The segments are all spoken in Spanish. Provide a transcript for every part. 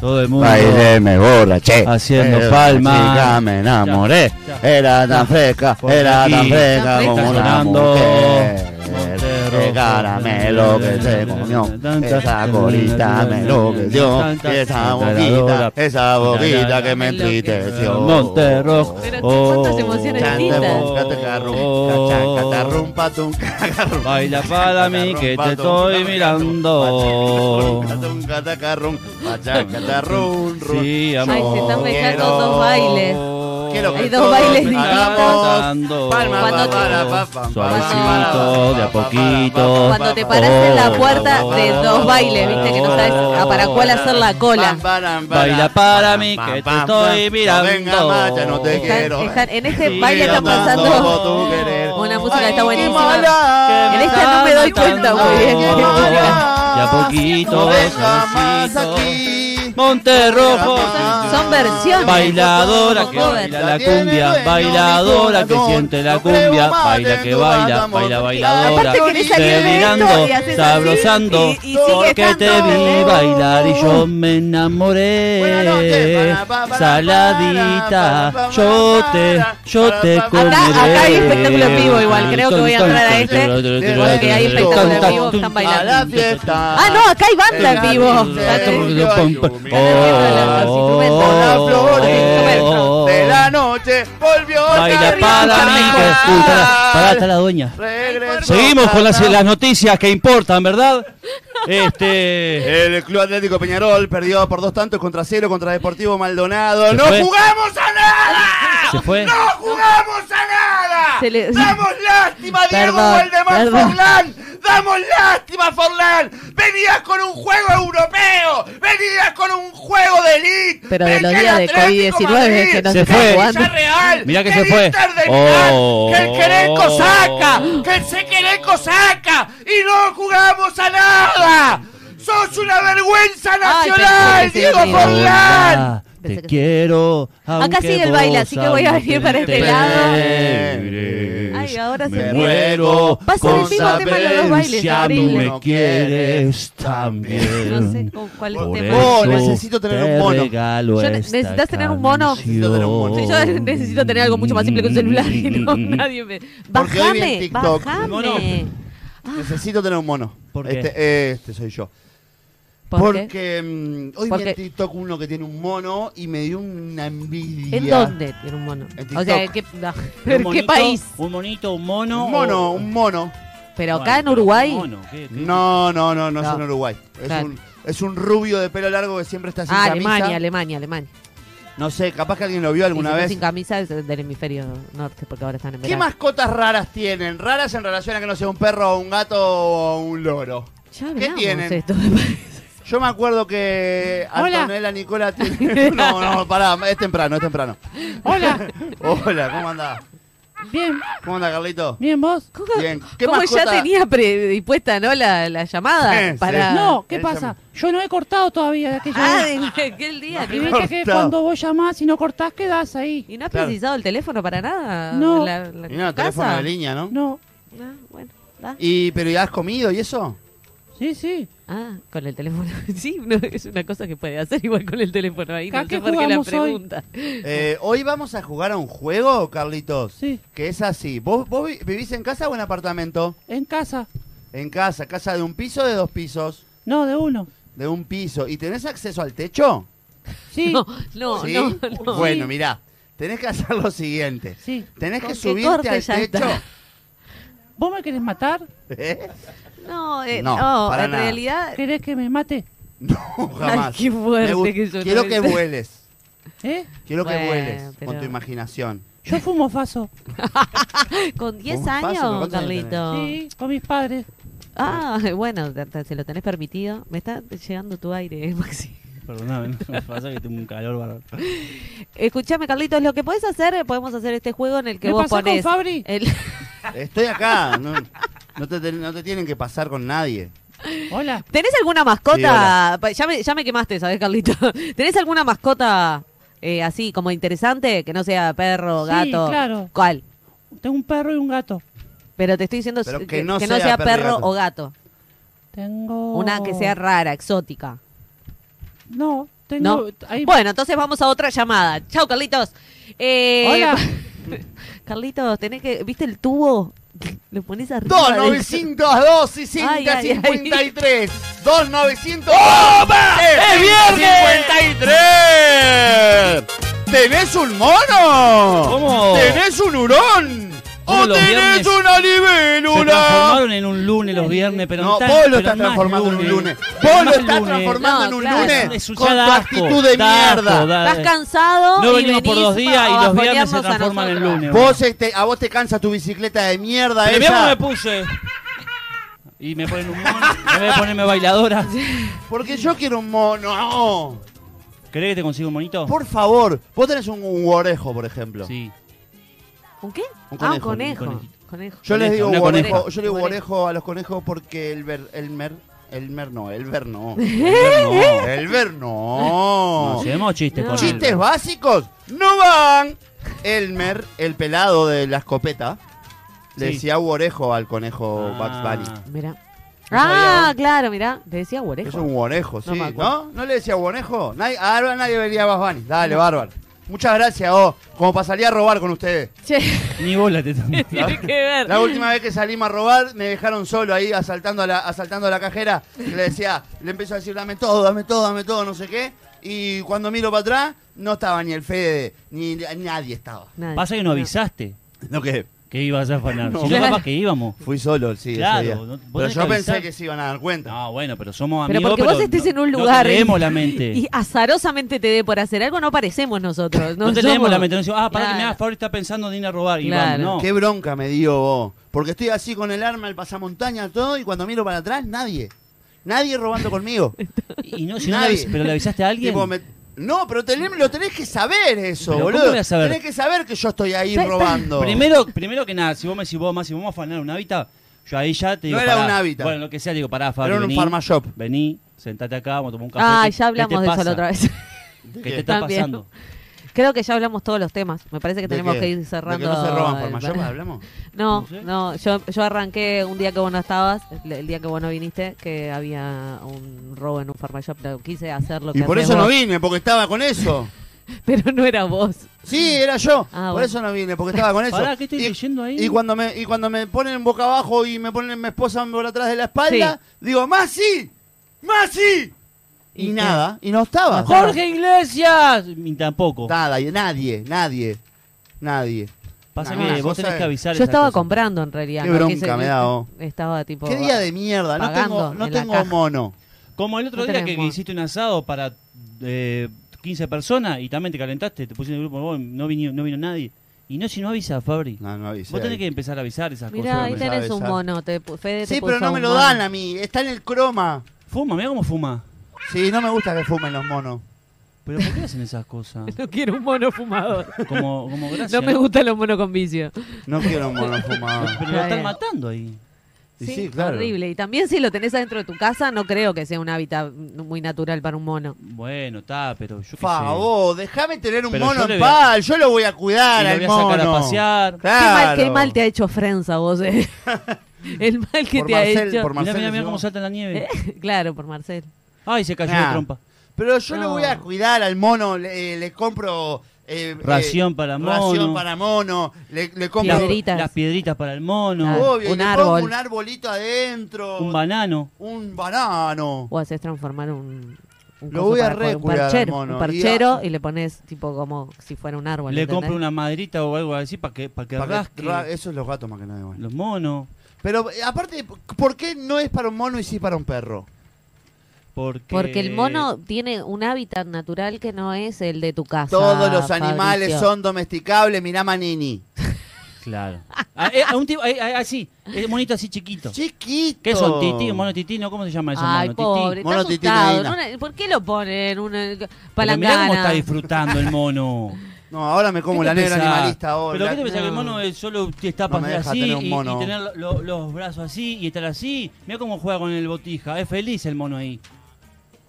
Todo el mundo Bailé me bola, che. Haciendo Era palmas. una chica, me enamoré. Ya, Era tan fresca, Por era aquí. tan fresca Está como una sonando mujer. Montero. El caramelo que se comió, esa colita me enloqueció, y esa boquita, esa boquita que me entristeció. Montero. Pero Oh. cuántas emociones Cante, distintas. vos. Baila Oh, Baila para mí que te estoy mirando. Sí, amor. Ay, se están mezclando dos bailes. Quiero que Hay dos todos bailes hagamos distintos. palmas, Cuando pa, te- para, pa, pa, Suavecito, de a poquito. Cuando te paras en la puerta de dos bailes, viste que no sabes a para cuál hacer la cola. Baila para mí, que te estoy mirando. Venga, macha, no te Están- quiero. están- en este Sí, baile está andando pasando vos. como tú querés. una música que Ay, está qué buenísima. mala. En esta no me doy cuenta, muy muy bien. bien. De a poquito, No venga más suavecito. aquí. Monterrojo. Son- Son versiones. Bailadora que Son baila covers. la cumbia, bailadora que siente la cumbia, baila que baila, baila bailadora, Aparte querés salir de terminando, esto y haces así, sabrosando, y- y sigue porque te estando. ¿eh? vi bailar y yo me Buenas noches, enamoré, para, para, para, saladita, para, yo para, te, para, yo para, te para, comeré. para. Acá- acá hay espectáculo en vivo igual, creo que voy a entrar a este, porque hay espectáculo en vivo, están A bailando. la fiesta. Ah, no, acá hay banda en vivo. Oh, De la noche volvió oh. Baila para mí, que- Uy, pará, pará, está la dueña. Seguimos con las, las noticias que importan, ¿verdad? Este. El Club Atlético Peñarol perdió por dos tantos contra cero contra Deportivo Maldonado. Se ¡No fue. jugamos a nada! Se fue. ¡No jugamos a nada! Se le- ¡Damos lástima, Diego Perdón, Waldemar perdón. Forlán! ¡Damos lástima, Forlán! ¡Venías con un juego europeo! ¡Venías con un juego de elite! Pero de los Venía días de el Atlético COVID-19 Madrid, que nos Se están fue. jugando. Villarreal, Mirá que el se fue. Inter de Milán, Oh. que el Querenco saca, que el se Querenco saca y no jugamos a nada. Sos una vergüenza nacional, pensé que se Diego iba a ir. Forlán. Hola, Te quiero. aunque sigue el baile, vos así que voy a aún venir te para este enteres. lado. Ay, ahora Me se muero. Va a ser el con mismo tema en los dos saber bailes, si horrible. me quieres también. No sé con cuál Por tema. Oh, eso necesito tener este te un mono. regalo Yo ne- esta ¿necesitas tener un mono? Necesito tener un mono. Sí, yo necesito tener algo mucho más simple que un celular y no, Mm. nadie me... Porque hoy vi en Bajame, TikTok. No, no. bajame. Necesito tener un mono. ¿Por qué? Este, este soy yo. ¿Por Porque qué? mm, hoy ¿Por vi qué? en TikTok uno que tiene un mono y me dio una envidia. ¿En dónde tiene un mono? En O sea, ¿en qué, no, pero ¿en qué país? Un monito, un mono. Un mono, un mono. Pero acá en Uruguay... No, no, no, no, es No. en Uruguay. Es, Claro. un, es un rubio de pelo largo que siempre está sin Ah, camisa. Alemania, Alemania, Alemania. No sé, capaz que alguien lo vio alguna Dicen que vez. Sin camisa es del hemisferio norte, porque ahora están en ¿Qué verano. mascotas raras tienen? Raras en relación a que no sea un perro, un gato o un loro. Ya ¿Qué hablamos tienen? esto, me parece. Yo me acuerdo que Hola. Antonella Nicola tiene... No, no, pará, es temprano, es temprano. Hola, Hola, ¿cómo andás? bien, ¿Cómo andás, Carlito? bien vos. Bien. ¿Qué Como ya mascota? tenía predispuesta, ¿no? La, la llamada Sí, para... sí. No, ¿qué él pasa? Yo no he cortado todavía de aquella Ah, vez. de aquel día. Y que- viste que cortado. cuando vos llamás y no cortás, quedás ahí. ¿Y no has Claro. precisado el teléfono para nada? No. ¿La, la Y no, teléfono casa? de línea, ¿no? No, Ah, bueno, da. Y, pero ¿y has comido y eso? sí, sí. Ah, con el teléfono. Sí, no, es una cosa que puede hacer igual con el teléfono ahí. ¿A No qué sé por qué la jugamos hoy? pregunta. Eh, Hoy vamos a jugar a un juego, Carlitos. Sí. Que es así. ¿Vos, vos vi- vivís en casa o en apartamento? En casa. En casa, casa de un piso o de dos pisos. No, de uno. De un piso. ¿Y tenés acceso al techo? Sí, No, no, ¿Sí? no, no. Bueno, mirá, tenés que hacer lo siguiente. sí. Tenés que Con que subirte corte al ya techo. está. ¿Vos me querés matar? ¿Eh? No, eh, No, no, para en nada. realidad. ¿Querés que me mate? No, jamás. qué fuerte Me gust- que sonó Quiero que eso. vueles. ¿Eh? Quiero que Bueno, vueles con pero- tu imaginación. Yo fumo faso. Con 10 ¿Cómo pasa? años, ¿Cuántos años Carlito. Sí, con mis padres. Ah, bueno, te- te- se lo tenés permitido. Me está llegando tu aire, Maxi. Perdóname, me pasa que tengo un calor bárbaro. Escuchame, Carlitos, lo que podés hacer, eh, podemos hacer este juego en el que ¿Me vos pasó con ponés. Fabri? el- Estoy acá. No, no te, ten- no te tienen que pasar con nadie. Eh. Hola. ¿Tenés alguna Sí, mascota? hola. Pa- ya, me, ya me quemaste, ¿sabés, Carlito? ¿Tenés alguna mascota eh, así, como interesante? Que no sea perro, Sí, gato. claro. ¿Cuál? Tengo un perro y un gato. Pero te estoy diciendo Pero s- que no no sea sea perro y perro gato. o gato. Tengo... Una que sea rara, exótica. No, ¿No? Tengo. ahí- Bueno, entonces vamos a otra llamada. Chao, Carlitos. Eh, Hola. Carlitos, tenés que. ¿Viste el tubo? Lo pones arriba. Dos del- novecientos dos y Ay, ay, ay. 53. Dos novecientos ¡Oh, ¡Es viernes! 53. ¿Tenés un mono? ¿Cómo? ¿Tenés un hurón? ¿Cómo ¿O los tenés viernes una Se libélula? transformaron en un lunes los viernes, pero No, tan- vos lo pero estás más transformando en un lunes. Pero Vos lo más estás lunes. transformando en un No, claro. lunes Eso ya con tu da asco, actitud de da asco, mierda. da- Estás cansado. No y venimos por venís dos días a- y a los viernes se bajonearnos a transforman en nosotros. lunes. Vos este, a vos te cansa tu bicicleta de mierda Pero mirá cómo esa. me puse. Y me ponen un mono. Me voy a ponerme bailadora. Porque yo quiero un mono. ¿Querés que te consiga un monito? Por favor, vos tenés un, un guarejo, por ejemplo. Sí. ¿Un qué? Un ah, conejo, un un conejo. conejito. conejo. Yo les Coneja, digo una guarejo, coneja. yo le digo Un conejo. guarejo a los conejos porque el ver, el mer, el mer no, el ver no. No, El ver no, no. hacemos chistes No. con él. Chistes básicos no van. Elmer, el pelado de la escopeta, le Sí. decía guarejo al conejo Bugs Ah. Bunny. Mirá. sabía Ah, vos. claro, mirá. Te decía Es orejo. un guarejo, sí, No me no, acuerdo. ¿no? le decía guarejo? Nadie, a Álvaro nadie vería a Bugs Bunny. Dale, bárbaro. Muchas gracias, vos. Como pasaría a robar con ustedes. Che, Ni bola te tomo. tiene que ver. La última vez que salimos a robar, me dejaron solo ahí asaltando a la, asaltando a la cajera. Y le decía, le empezó a decir, dame todo, dame todo, dame todo, no sé qué. Y cuando miro para atrás, no estaba ni el Fede, ni, ni nadie estaba. Nadie. Pasa que no avisaste No que que ibas a afanar. No. Si no, capaz que íbamos. fui solo, sí, ese Claro, día. no- vos Pero tenés yo que pensé avisar. que se iban a dar cuenta. No, bueno, pero somos Pero amigos. porque vos estés no- en un no lugar te leemos la Y mente. azarosamente te dé por hacer algo, no parecemos nosotros. No, te somos- leemos la mente. No decimos, ah, para que me Claro. hagas favor, está pensando en ir a robar. Y Claro. vamos, no. Qué bronca me dio vos. Porque estoy así con el arma, el pasamontaña, todo, y cuando miro para atrás, nadie. Nadie robando conmigo. Y no, si no le Nadie. avis- pero le avisaste a alguien. Tipo, me- No, pero tenés- lo tenés que saber eso, Pero ¿cómo boludo. voy a saber? Tenés que saber que yo estoy ahí Ya está. robando. Primero, primero que nada, si vos me decís vos más, si vamos a afanar un hábitat, yo ahí ya te digo. No era pará. un hábitat. Bueno, lo que sea, digo, pará, Fabio. Era un vení, farma shop. Vení, sentate acá, vamos a tomar un café. Ah, ¿Qué- ya hablamos qué te de eso pasa? la otra vez. ¿Qué te está También. pasando? Creo que ya hablamos todos los temas. Me parece que ¿De tenemos qué? que ir ¿De cerrando. que no se roban el- por mayor, hablamos. No, No sé. no, yo, yo arranqué un día que vos no estabas, el, el día que vos no viniste, que había un robo en un farmashop. No, quise hacer lo que Y por hacés eso no vos, vine, porque estaba con eso. Pero no era vos. Sí, era yo. Ah, por bueno. eso no vine, porque estaba con eso. Pará, ¿qué estoy y, leyendo ahí? y cuando me y cuando me ponen boca abajo y me ponen mi esposa por atrás de la espalda, digo, "Masi! ¡Masi! Y, Y nada, y no estaba. ¡Jorge Iglesias! Ni tampoco. Nada, y nadie, nadie, nadie. Pasa Nah, que una vos cosa tenés es- que avisar. Yo esas estaba cosas. comprando en realidad. Qué no bronca quise- me da, vos. Estaba tipo. Qué día de mierda, no Pagando tengo, no en la tengo caja. mono. Como el otro No día tenés que, que mono. hiciste un asado para eh, 15 personas y también te calentaste, te pusiste en el grupo, vos, no vino, no vino nadie. Y no, si no avisa, Fabri. No, no avisé vos tenés ahí. que empezar a avisar esas "Ah, Mirá, este- ahí cosas. me tenés sabe, un sabe. mono. Te, pu- Fede te Sí, pero puso no un me lo mono. dan a mí, está en el croma. Fuma, mirá cómo fuma. Sí, no me gusta que fumen los monos. Pero ¿por qué hacen esas cosas? No quiero un mono fumador. Como, como gracias. No me gustan los monos con vicio. No quiero un mono fumado. Pero Está lo están bien. matando ahí. Y sí, claro. Horrible. Y también si lo tenés adentro de tu casa, no creo que sea un hábitat muy natural para un mono. Bueno, está, pero yo qué Favor, déjame tener un Pero mono yo en le voy a- paz. Yo lo voy a sé. Y cuidar lo al voy a mono. sacar a pasear. Qué mal- Claro. Qué, mal, te ha hecho Frenza vos, eh. El mal que Por te ha Marcel- hecho. por Mirá, Marcelo mirá, mirá llegó. cómo salta en la Eh. nieve. Claro, por Marcel. Ay, se cayó Nah. de trompa. Pero yo lo No. voy a cuidar al mono. Le, le compro. eh, eh, Ración para Ración mono. para mono. Le, le compro. Las- Piedrita. Piedritas. Las piedritas para el mono. Claro. Obvio, y Un le árbol. pongo un arbolito adentro. Un banano. un banano. O haces transformar un. un Lo coso voy a para- re un cuidar al parchero, mono. un Y parchero a- y, le pones tipo como si fuera un árbol. Le ¿entendés? compro una madrita o algo así para que, para que Para que- rasque ra- eso es los gatos más que nada. igual. los monos. Pero eh, aparte, ¿por qué no es para un mono y sí para un perro? Porque, Porque el mono tiene un hábitat natural que no es el de tu casa. Todos los animales Fabricio. son domesticables. Mirá, Manini. Claro. Ah, eh, a un tipo, eh, eh, así. El monito así chiquito. Chiquito. ¿Qué son? ¿Tití? ¿Mono tití? ¿No? ¿Cómo se llama eso? Ay, mono? pobre, ¿Tití? está Mono tití, asustado. Medina. en una- ¿Por qué lo ponen en una Pero mirá cómo está palangana? disfrutando el mono. No, ahora me como ¿Qué la te negra pensás? animalista ahora. Pero ¿qué te pensás? Que el No. mono es solo te está No me deja así tener un y- mono. y, tener lo- lo- los brazos así y estar así. Mira cómo juega con el botija. Es feliz el mono ahí.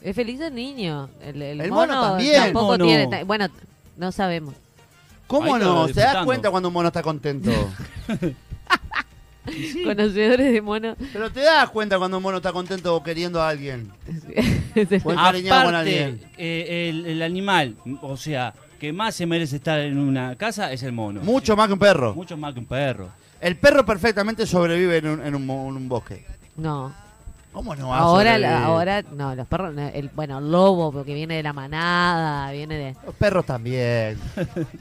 Es feliz el niño. El, el El mono también. Tampoco El mono. tiene. ta- Bueno, no sabemos. ¿Cómo Ahí lo no? veo ¿Se das disfrutando. cuenta cuando un mono está contento? Conocedores de mono. Pero te das cuenta cuando un mono está contento o queriendo a alguien. O encariñado con Aparte, alguien. eh, el, el animal, o sea, que más se merece estar en una casa es el mono. Mucho más que un perro. Mucho más que un perro. El perro perfectamente sobrevive en un, en un mo- en un bosque. No. ¿Cómo no? va a Ahora, la- sobrevivir? ahora, no, los perros, no, el, bueno, el lobo, porque viene de la manada, viene de. Los perros también.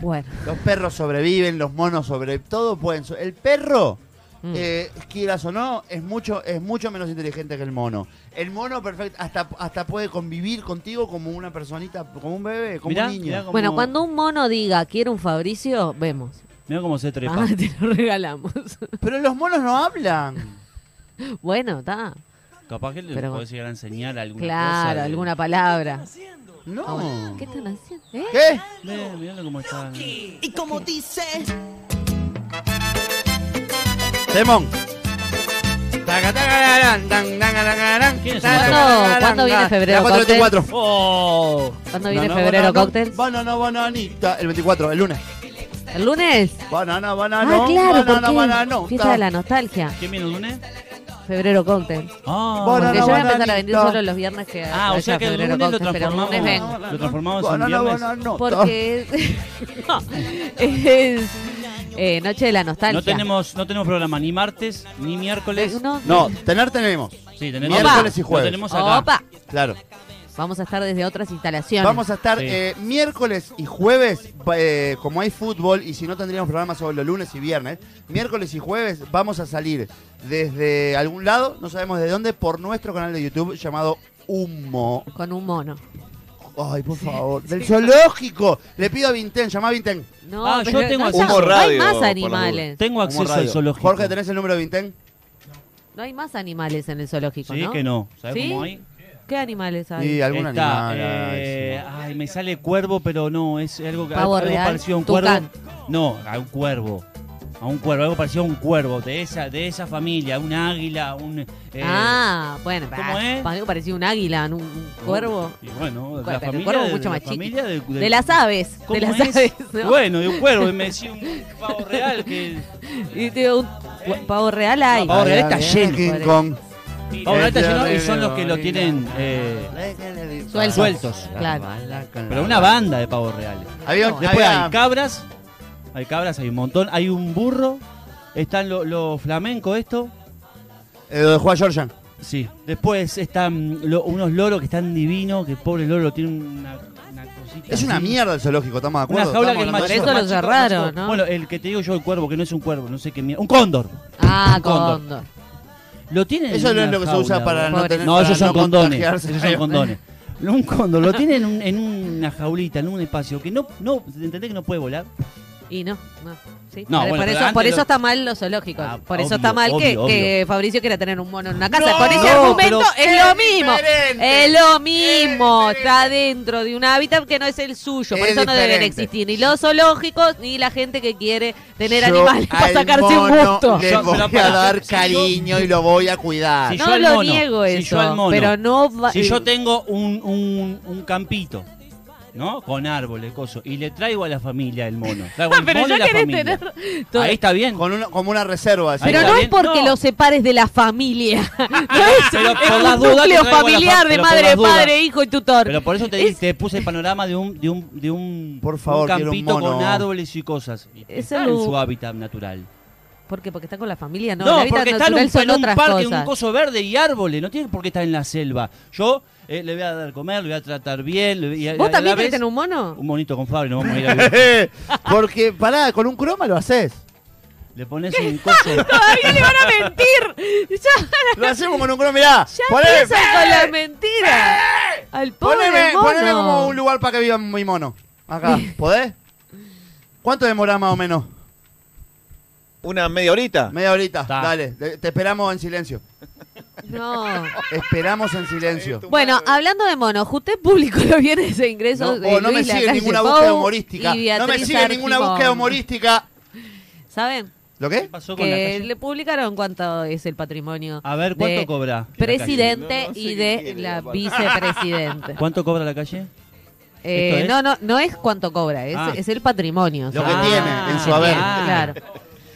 Bueno, Los perros sobreviven, los monos sobreviven. Todo pueden. so- el perro, Mm. eh, quieras o no, es mucho, es mucho menos inteligente que el mono. El mono perfecto hasta, hasta puede convivir contigo como una personita, como un bebé, como Mirá, un niño. mirá cómo- bueno cuando un mono diga quiero un Fabricio, vemos. Mirá cómo se trepa. Ah, te lo regalamos. Pero los monos no hablan. bueno, está. Capaz que le Pero- podés llegar a enseñar alguna cosa. Claro, de- alguna palabra. No. Ah, ¿Qué están haciendo? ¿Eh? ¿Qué? Mirá, mirá cómo está. Y como dice, Demon. ¿Quién ¿Quién es el ¿Cuándo, ¿cuándo viene febrero? La 424. ¡Oh! ¿Cuándo viene febrero cóctel? Banana, bananita. El 24, el lunes. ¿El lunes? Banana, banano. Ah, claro, banana, porque banano. fiesta de la nostalgia. ¿Quién viene el lunes? Febrero cóctel. Ah, Bueno, Porque no, yo voy a bananita. empezar a vender solo los viernes que Ah, o sea que el lunes lo pero el transformamos, lunes vengo. lo transformamos en Banana, viernes. banano. Porque es, no, es, eh, Noche de la Nostalgia. No tenemos, no tenemos programa ni martes ni miércoles. Eh, no. No, tener tenemos. Sí, tenemos Miércoles y Lo jueves. tenemos acá. Opa. Claro. Vamos a estar desde otras instalaciones. Vamos a estar Sí. eh, miércoles y jueves, va- eh, como hay fútbol y si no tendríamos programas sobre los lunes y viernes, miércoles y jueves vamos a salir desde algún lado, no sabemos de dónde, por nuestro canal de YouTube llamado Humo. Con un mono. Ay, por favor. Del zoológico. Le pido a Vinten, llamá a Vinten. No, Ah, yo pero tengo no, acceso. no hay Radio, más por las animales. Tengo Humo acceso al Radio. zoológico. Jorge, ¿tenés el número de Vinten? No hay más animales en el zoológico, Sí, ¿no? que no. eh, ¿Sabes ¿Sí? cómo hay? ¿Qué animales hay? Y algún Está, animal. ay, eh, sí. ay, me sale cuervo, pero no, es algo, que- Pavo algo real, parecido a un tucán. cuervo. No, a un cuervo. A un cuervo, algo parecido a un cuervo, de esa, de esa familia, un águila, un... eh, ah, bueno, ¿cómo pará, es? pa- parecía un águila, un, un cuervo. Y bueno, de Pero la el familia... cuervo es de- mucho de la más chiquito. familia de, de- De las aves, ¿cómo de las es? aves. ¿no? Bueno, de un cuervo, y me decía un pavo real que... Y digo, un pu- pavo real hay. Pavo real está Bien, lleno. King Kong. Pavo real está lleno y son los que lo tienen... eh, Sueltos. Sueltos. Claro. pero una banda de pavos reales. Había, un- Después había- hay cabras, hay cabras, hay un montón, hay un burro, están lo- los flamencos esto, eh, lo dejó a Georgian. sí. Después están lo- unos loros que están divinos, que el pobre loro tiene una, una cosita. Es una así. mierda el zoológico, estamos de Una acuerdo. jaula que el Estamos macho- hablando de eso eso. lo macho- cerraron, macho- ¿no? Bueno, el que te digo yo, el cuervo, que no es un cuervo, no sé qué mierda. Un cóndor. Ah, Un cóndor. cóndor. Lo tienen Eso en no es una lo que se jaula, usa para boludo. no Pobre. tener No, para esos son condones. contagiarse. Esos son condones. Un cóndor, lo tienen en, un- en una jaulita, en un espacio que no, no, ¿entendés que no puede volar? Y no, no. sí. No, por, bueno, por pero eso, antes por eso lo- está mal los zoológicos. Ah, por eso obvio, está mal que, obvio, que Fabricio quiera tener un mono en una casa. No, con ese no, argumento pero es lo es mismo. diferente. Es lo mismo. Es está dentro de un hábitat que no es el suyo. Por Es eso no deben diferente. existir ni los zoológicos ni la gente que quiere tener Yo animales para al sacarse un mono gusto. Le Yo- voy pero a pará, dar si yo- cariño y lo voy a cuidar. Si yo No al lo mono, niego si eso. yo al mono, pero no va- eh, Si yo tengo un, un, un campito, ¿no? Con árboles, coso, y le traigo a la familia el mono. Traigo el Pero mono ya y la querés familia. tener todo. Ahí está bien. Con una, como una reserva. así. Pero Ahí está no es bien. porque No. lo separes de la familia. No es, Pero es por un las dudas te núcleo traigo a la fa- familiar de pero por madre, las dudas. padre, hijo y tutor. Pero por eso te, di- Es- te puse el panorama de un, de un, de un, Por favor, un quiero un campito mono. con árboles y cosas. Y Es está algo- en su hábitat natural. ¿Por qué? Porque está con la familia, ¿no? No, El hábitat porque está en un, natural son en un otras parque, cosas. un coso verde y árboles. No tiene por qué estar en la selva. Yo eh, le voy a dar comer, le voy a tratar bien. le voy a- a ¿Vos la también vez- querés tener un mono? Un monito con Fabri, no vamos a ir a... Porque, pará, con un croma lo haces. Le pones un coso... Todavía le van a mentir. Ya, Lo hacemos con un croma, mirá. ya Poneme- ¡Eh! empiezan con la mentira. Al pobre Poneme, mono. poneme como un lugar para que viva mi mono. Acá, ¿podés? ¿Cuánto demorás más o menos? una media horita. Media horita. Está. Dale, te te esperamos en silencio. No. Esperamos en silencio. Bueno, hablando de mono, Juté publicó los bienes e No, ingresos de o no me Luis sigue Lacalle ninguna Pou búsqueda y humorística. No me Beatriz sigue ninguna Argimón. búsqueda humorística. ¿Saben? ¿Lo qué? pasó con la Que calle? le publicaron cuánto es el patrimonio A ver, ¿cuánto de cobra? la presidente No, no sé y qué de quiere, la papá. vicepresidente. calle? ¿Cuánto cobra la calle? Eh, ¿Esto es? No, no, no es cuánto cobra, es, Ah. es el patrimonio. Lo o que sea, Ah, tiene en su haber. Claro.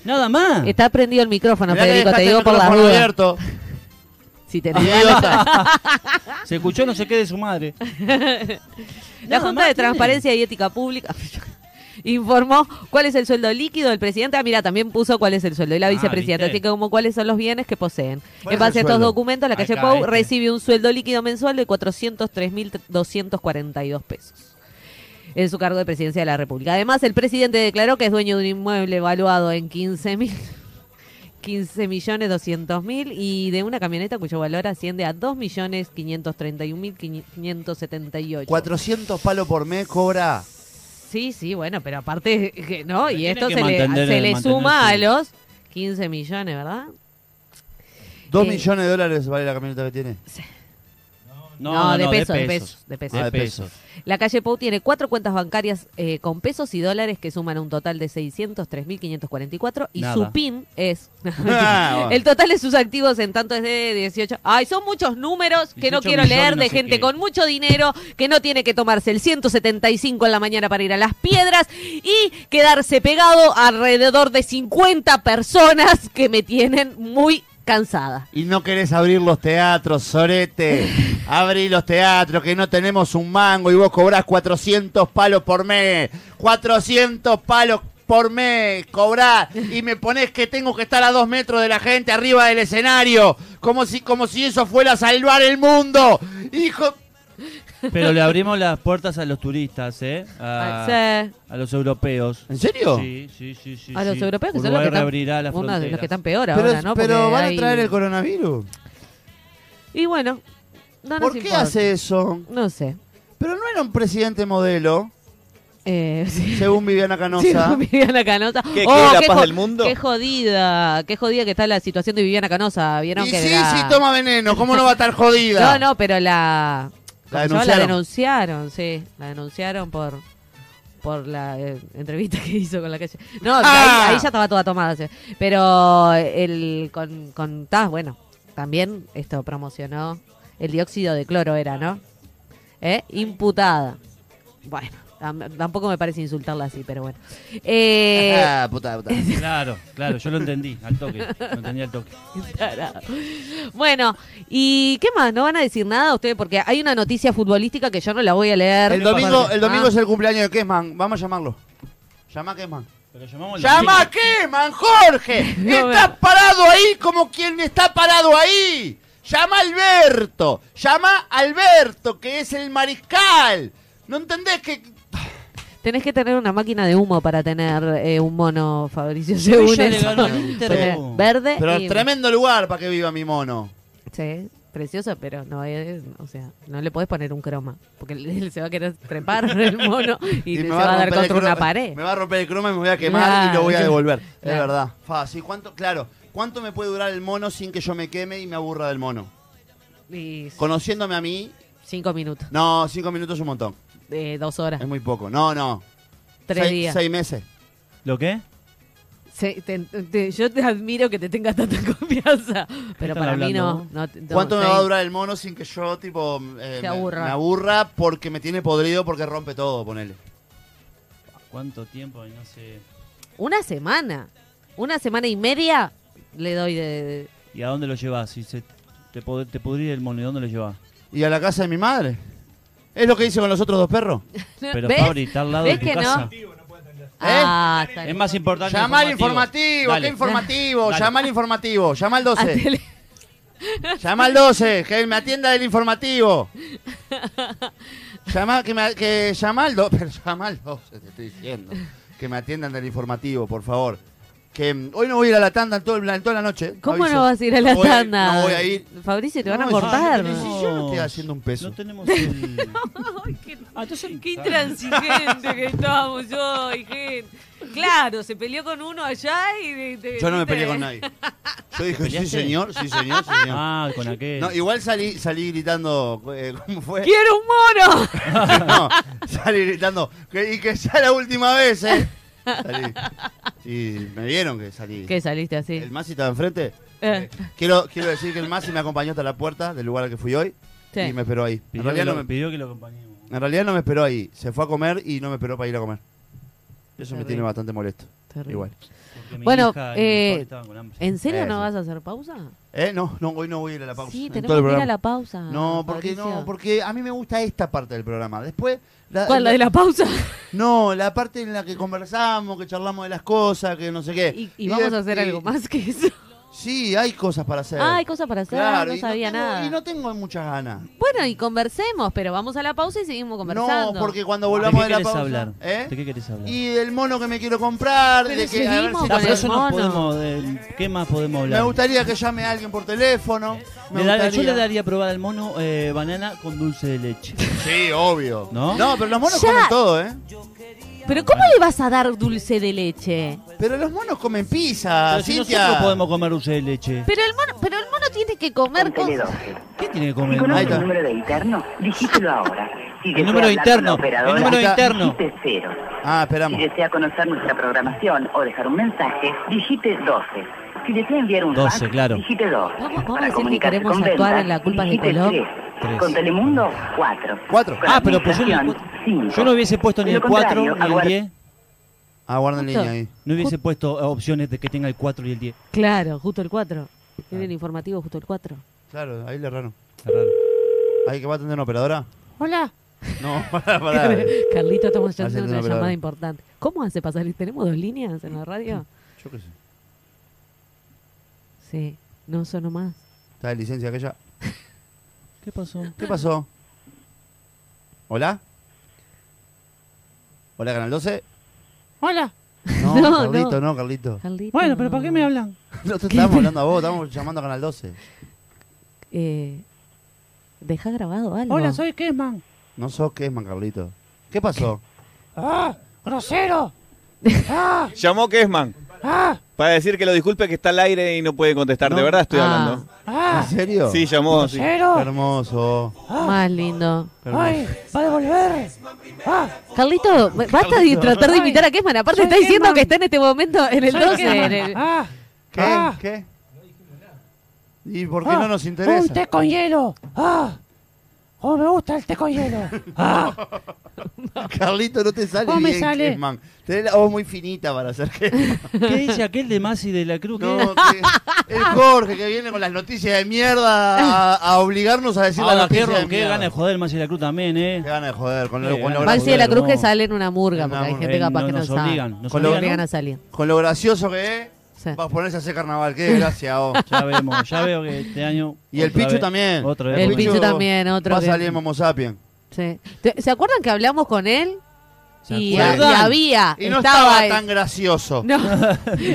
Nada más. Está prendido el micrófono, Mirá que Federico, te dejaste digo el por las micrófono dudas. abierto. Si tenés ganas. Idiota. Se escuchó no sé qué de su madre. La Nada Junta más tiene. de Transparencia y Ética Pública informó cuál es el sueldo líquido del presidente. Ah, mira, también puso cuál es el sueldo. Y la Ah, vicepresidenta, ¿viste? así que como cuáles son los bienes que poseen. ¿Cuál En es el base a estos sueldo? documentos, la calle Acá, Pau este. recibe un sueldo líquido mensual de 403.242 pesos en su cargo de presidencia de la República. Además, el presidente declaró que es dueño de un inmueble valuado en 15 mil. 15 millones 200 mil y de una camioneta cuyo valor asciende a 2 millones 531 mil 578. 400 palos por mes cobra. Sí, sí, bueno, pero aparte, que- ¿no? Pero Y tiene esto que se le, mantener- se le mantener suma a su- los 15 millones, ¿verdad? 2 Eh. millones de dólares vale la camioneta que tiene. No, de pesos, de pesos, de pesos. De Ah, de pesos. La calle Pou tiene cuatro cuentas bancarias eh, con pesos y dólares que suman un total de 603.544 y Nada. su PIN es... Ah, bueno. El total de sus activos en tanto es de 18... Ay, son muchos números que no 18 quiero millones, leer no de sé gente qué. con mucho dinero que no tiene que tomarse el 175 en la mañana para ir a las piedras y quedarse pegado alrededor de 50 personas que me tienen muy cansada. Y no querés abrir los teatros, Sorete. Abrí los teatros, que no tenemos un mango y vos cobrás 400 palos por mes. 400 palos por mes cobrás y me ponés que tengo que estar a dos metros de la gente arriba del escenario. Como si, como si eso fuera a salvar el mundo. Hijo. Pero le abrimos las puertas a los turistas, ¿eh? A, Ah, Sí. a los europeos. ¿En serio? Sí, sí, sí, sí. a los sí. europeos, que son los Uruguay que, reabrirá están, las uno de los que fronteras. están peor Pero, ahora, ¿no? pero Porque van hay- a traer el coronavirus. Y bueno, no nos ¿Por qué importa. hace eso? No sé. Pero no era un presidente modelo, Eh, sí. según Viviana Sí, Canosa. Viviana Canosa. ¿Qué, que es la paz jo- del mundo? Qué jodida, qué jodida que está la situación de Viviana Canosa. ¿Vieron Y que sí, la- sí, toma veneno, ¿cómo no va a estar jodida? No, no, pero la... La ¿cómo se llama? denunciaron. denunciaron, sí. La denunciaron por por la eh, entrevista que hizo con la calle. No, de Ah. ahí, ahí ya estaba toda tomada. sí. Pero el con, con Taz, bueno, también esto promocionó el dióxido de cloro era, ¿no? ¿Eh? Imputada. Bueno, tam- tampoco me parece insultarla así, pero bueno. Eh, Ah, puta, puta. Claro, claro, yo lo entendí al toque. Lo entendí al toque. Tarado. Bueno, ¿y qué más? ¿No van a decir nada ustedes? Porque hay una noticia futbolística que yo no la voy a leer. El domingo, el domingo Ah. es el cumpleaños de Kesman, vamos a llamarlo. Llama a Kesman. Pero llamamos la- llama a Kesman, Jorge. No, Estás no. parado ahí como quien está parado ahí. Llama a Alberto, llama a Alberto, que es el mariscal. ¿No entendés que Tenés que tener una máquina de humo para tener eh, un mono, Fabricio, Sevilla según le eso. ganó al Inter, Poner ¿no? Verde Pero y- tremendo lugar para que viva mi mono. Sí, precioso, pero no es- o sea, no le podés poner un croma, porque él se va a querer trepar el mono y, se va, a dar romper el contra una cro- pared. Me va a romper el croma y me voy a quemar y lo voy a Claro. devolver. Es Claro. verdad. Fa, sí, ¿cuánto, claro, ¿cuánto me puede durar el mono sin que yo me queme y me aburra del mono? Y Conociéndome a mí, cinco minutos, no, cinco minutos es un montón. eh, dos horas, Es muy poco. No, no. tres Seis- días. Seis meses. ¿Lo qué? Sí, te- te- yo te admiro que te tengas tanta confianza, pero están para mí no. hablando? no, te- no, ¿Cuánto me seis. va a durar el mono sin que yo, tipo, eh, Se me- aburra. me aburra porque me tiene podrido porque rompe todo, ponele? ¿Cuánto tiempo? Y No sé. Una semana. Una semana y media le doy de. ¿Y a dónde lo llevas? Si se te, pod- te pudrí el mono, ¿y dónde lo llevas? ¿Y a la casa de mi madre? ¿Es lo que hice con los otros dos perros? Pero ¿Ves? Fabri, está al lado de ¿Ves tu que no? casa. Ah, ¿Eh? está Es bien. más importante. Llama al informativo, Dale. qué informativo, Dale. llama al informativo, llama al 12. Al tele- Llama al 12, que me atienda el informativo. Llama, que, me, que llama al 12, pero llama al 12, te estoy diciendo. Que me atiendan del informativo, por favor. Que mm, hoy no voy a ir a la tanda en, todo el- en toda la noche. ¿Cómo aviso. no vas a ir a la No voy a ir, tanda? no voy a ir. Fabricio, te van a No, cortar. no, Sí, yo no estoy haciendo un peso. No tenemos el... Ay, qué, Ah, qué intransigente que estamos hoy, gente. Claro, se peleó con uno allá y. Yo no me peleé con nadie. Yo dije, sí peleaste? señor, sí señor, sí señor. Ah, con aquel. No, igual salí, salí gritando, eh, ¿cómo fue? ¡Quiero un mono! no, salí gritando. que- y que sea la última vez, ¿eh? Salí. Sí, me vieron que salí. ¿Qué saliste así? El Masi estaba enfrente. Eh, Quiero, quiero decir que el Masi me acompañó hasta la puerta del lugar al que fui hoy sí. y me esperó ahí. En Pidió, que realidad, lo, no me, pidió que lo acompañemos. en realidad no me esperó ahí. Se fue a comer y no me esperó para ir a comer. Eso me tiene bastante molesto. Terrible. Igual. Porque mi Bueno, hija y mi eh, padre estaban con hambre. ¿En serio no Eso. vas a hacer pausa? ¿Eh? No, no, hoy no voy a ir a la pausa. Sí, en tenemos todo el que ir a programa. la pausa. No, porque Fabricio. no, porque a mí me gusta esta parte del programa. Después la, ¿Cuál, la de la pausa? No, la parte en la que conversamos, que charlamos de las cosas, que no sé qué. Y, y vamos de- a hacer y- algo más que eso. Sí, hay cosas para hacer. Ah, hay cosas para hacer, Claro, no y sabía tengo- nada. Y no tengo muchas ganas. Bueno, y conversemos, pero vamos a la pausa y seguimos conversando. No, porque cuando ¿De volvamos qué de la querés pausa. hablar? ¿eh? ¿De qué querés hablar? Y del mono que me quiero comprar, Pero de que a ver seguimos si Ah, con pero el eso no mono. podemos. eh, ¿Qué más podemos me hablar? gustaría que llame a alguien por teléfono. me Le da- yo gustaría- le daría a probar al mono eh, banana con dulce de leche. Sí, obvio. ¿No? pero los monos Ya. comen todo, ¿eh? Pero ¿cómo le vas a dar dulce de leche? Pero los monos comen pizza, Pero si Ah, Cintia. nosotros podemos comer dulce de leche. Pero el mono, pero el mono tiene que comer Contenedor. cosas. ¿Qué tiene que Si comer el Ahí conoce está. mono? el número de interno, digítelo ahora. Si El desea número hablar con la interno, el operadora, número interno. Digite cero. Ah, Si esperamos. desea conocer nuestra programación o dejar un mensaje, digite 12. Si desea enviar un 12, fax, claro. digite 2. Vamos- vamos Para a decir que comunicarse queremos con actuar ventas, en la culpa de digite Colón. tres. Tres. Con Telemundo, 4. Cuatro. Ah, pero pues yo no- Yo no hubiese puesto ni el 4 ni el 10. Ah, guarda en Justo. línea ahí. No hubiese puesto eh, opciones de que tenga el 4 y el 10. Claro, justo el 4. Tiene el informativo justo el 4. Claro, ahí le erraron. Está raro. Ahí que va a atender una operadora. Hola. No, pará, pará. Carlito, estamos Hace haciendo una una palabra. llamada importante. ¿Cómo hace pasar? ¿Tenemos dos líneas en la radio? Yo qué sé. Sí, no sonó más. Está de licencia aquella. ¿Qué pasó? ¿Qué pasó? ¿Hola? ¿Hola, Canal 12? Hola. No, No, Carlito, no, Carlito. Carlito. Bueno, pero ¿para qué me hablan? No te estábamos hablando a vos, estábamos llamando a Canal 12. Eh, deja grabado algo. Hola, soy Kesman. No sos qué es, man, Carlito. ¿Qué pasó? ¡Ah! ¡Grosero! ¡Ah! Llamó Kesman ¡Ah! para decir que lo disculpe que está al aire y no puede contestar. No. De verdad estoy Ah. hablando. ¿En ¡Ah! serio? Sí, llamó. sí. Qué ¡Grosero! hermoso. Ah. Más lindo. qué hermoso. Ah, ¡Ay! ¡Va a devolver! ¡Ah! Carlito, basta de tratar de imitar a Kesman. Aparte, Soy está diciendo Kesman. que está en este momento en el soy 12. Kesman. en el- ¡Ah! ¿Qué? Ah. ¿Qué? ¿Y por qué ah, no nos Un interesa? té con hielo. ¡Ah! ¡Oh, me gusta el té con hielo! ¡Ah! Carlito, no te sale ¿Cómo Oh, me bien, sale? Kesman. Tenés la voz muy finita para hacer que... ¿Qué dice aquel de Masi de la Cruz? ¿Qué? No, que el Jorge que viene con las noticias de mierda a, a obligarnos a decir Ahora, las Ah, qué, noticias de ro- qué mierda. gana de joder Masi de la Cruz también, ¿eh? Qué gana de joder, con, Qué lo, con, gana. lo Maxi Maxi de gracioso, Hola, la Cruz que no. sale en una murga, No, porque hay no, gente eh, capaz no que no nos sabe. obligan, nos Lo obligan. obligan a salir. con lo gracioso que es, Sí. vas a ponerse a hacer carnaval, qué gracia vos. Ya vemos, ya veo que este año. Y el otra Pichu vez- también. Otra vez. El por- Pichu también, otro Va a que- salir en Homo sapiens. Sí. ¿Te- ¿Se acuerdan que hablamos con él? ¿Se Y, acuerdan? y había, Y no estaba, estaba tan gracioso. no,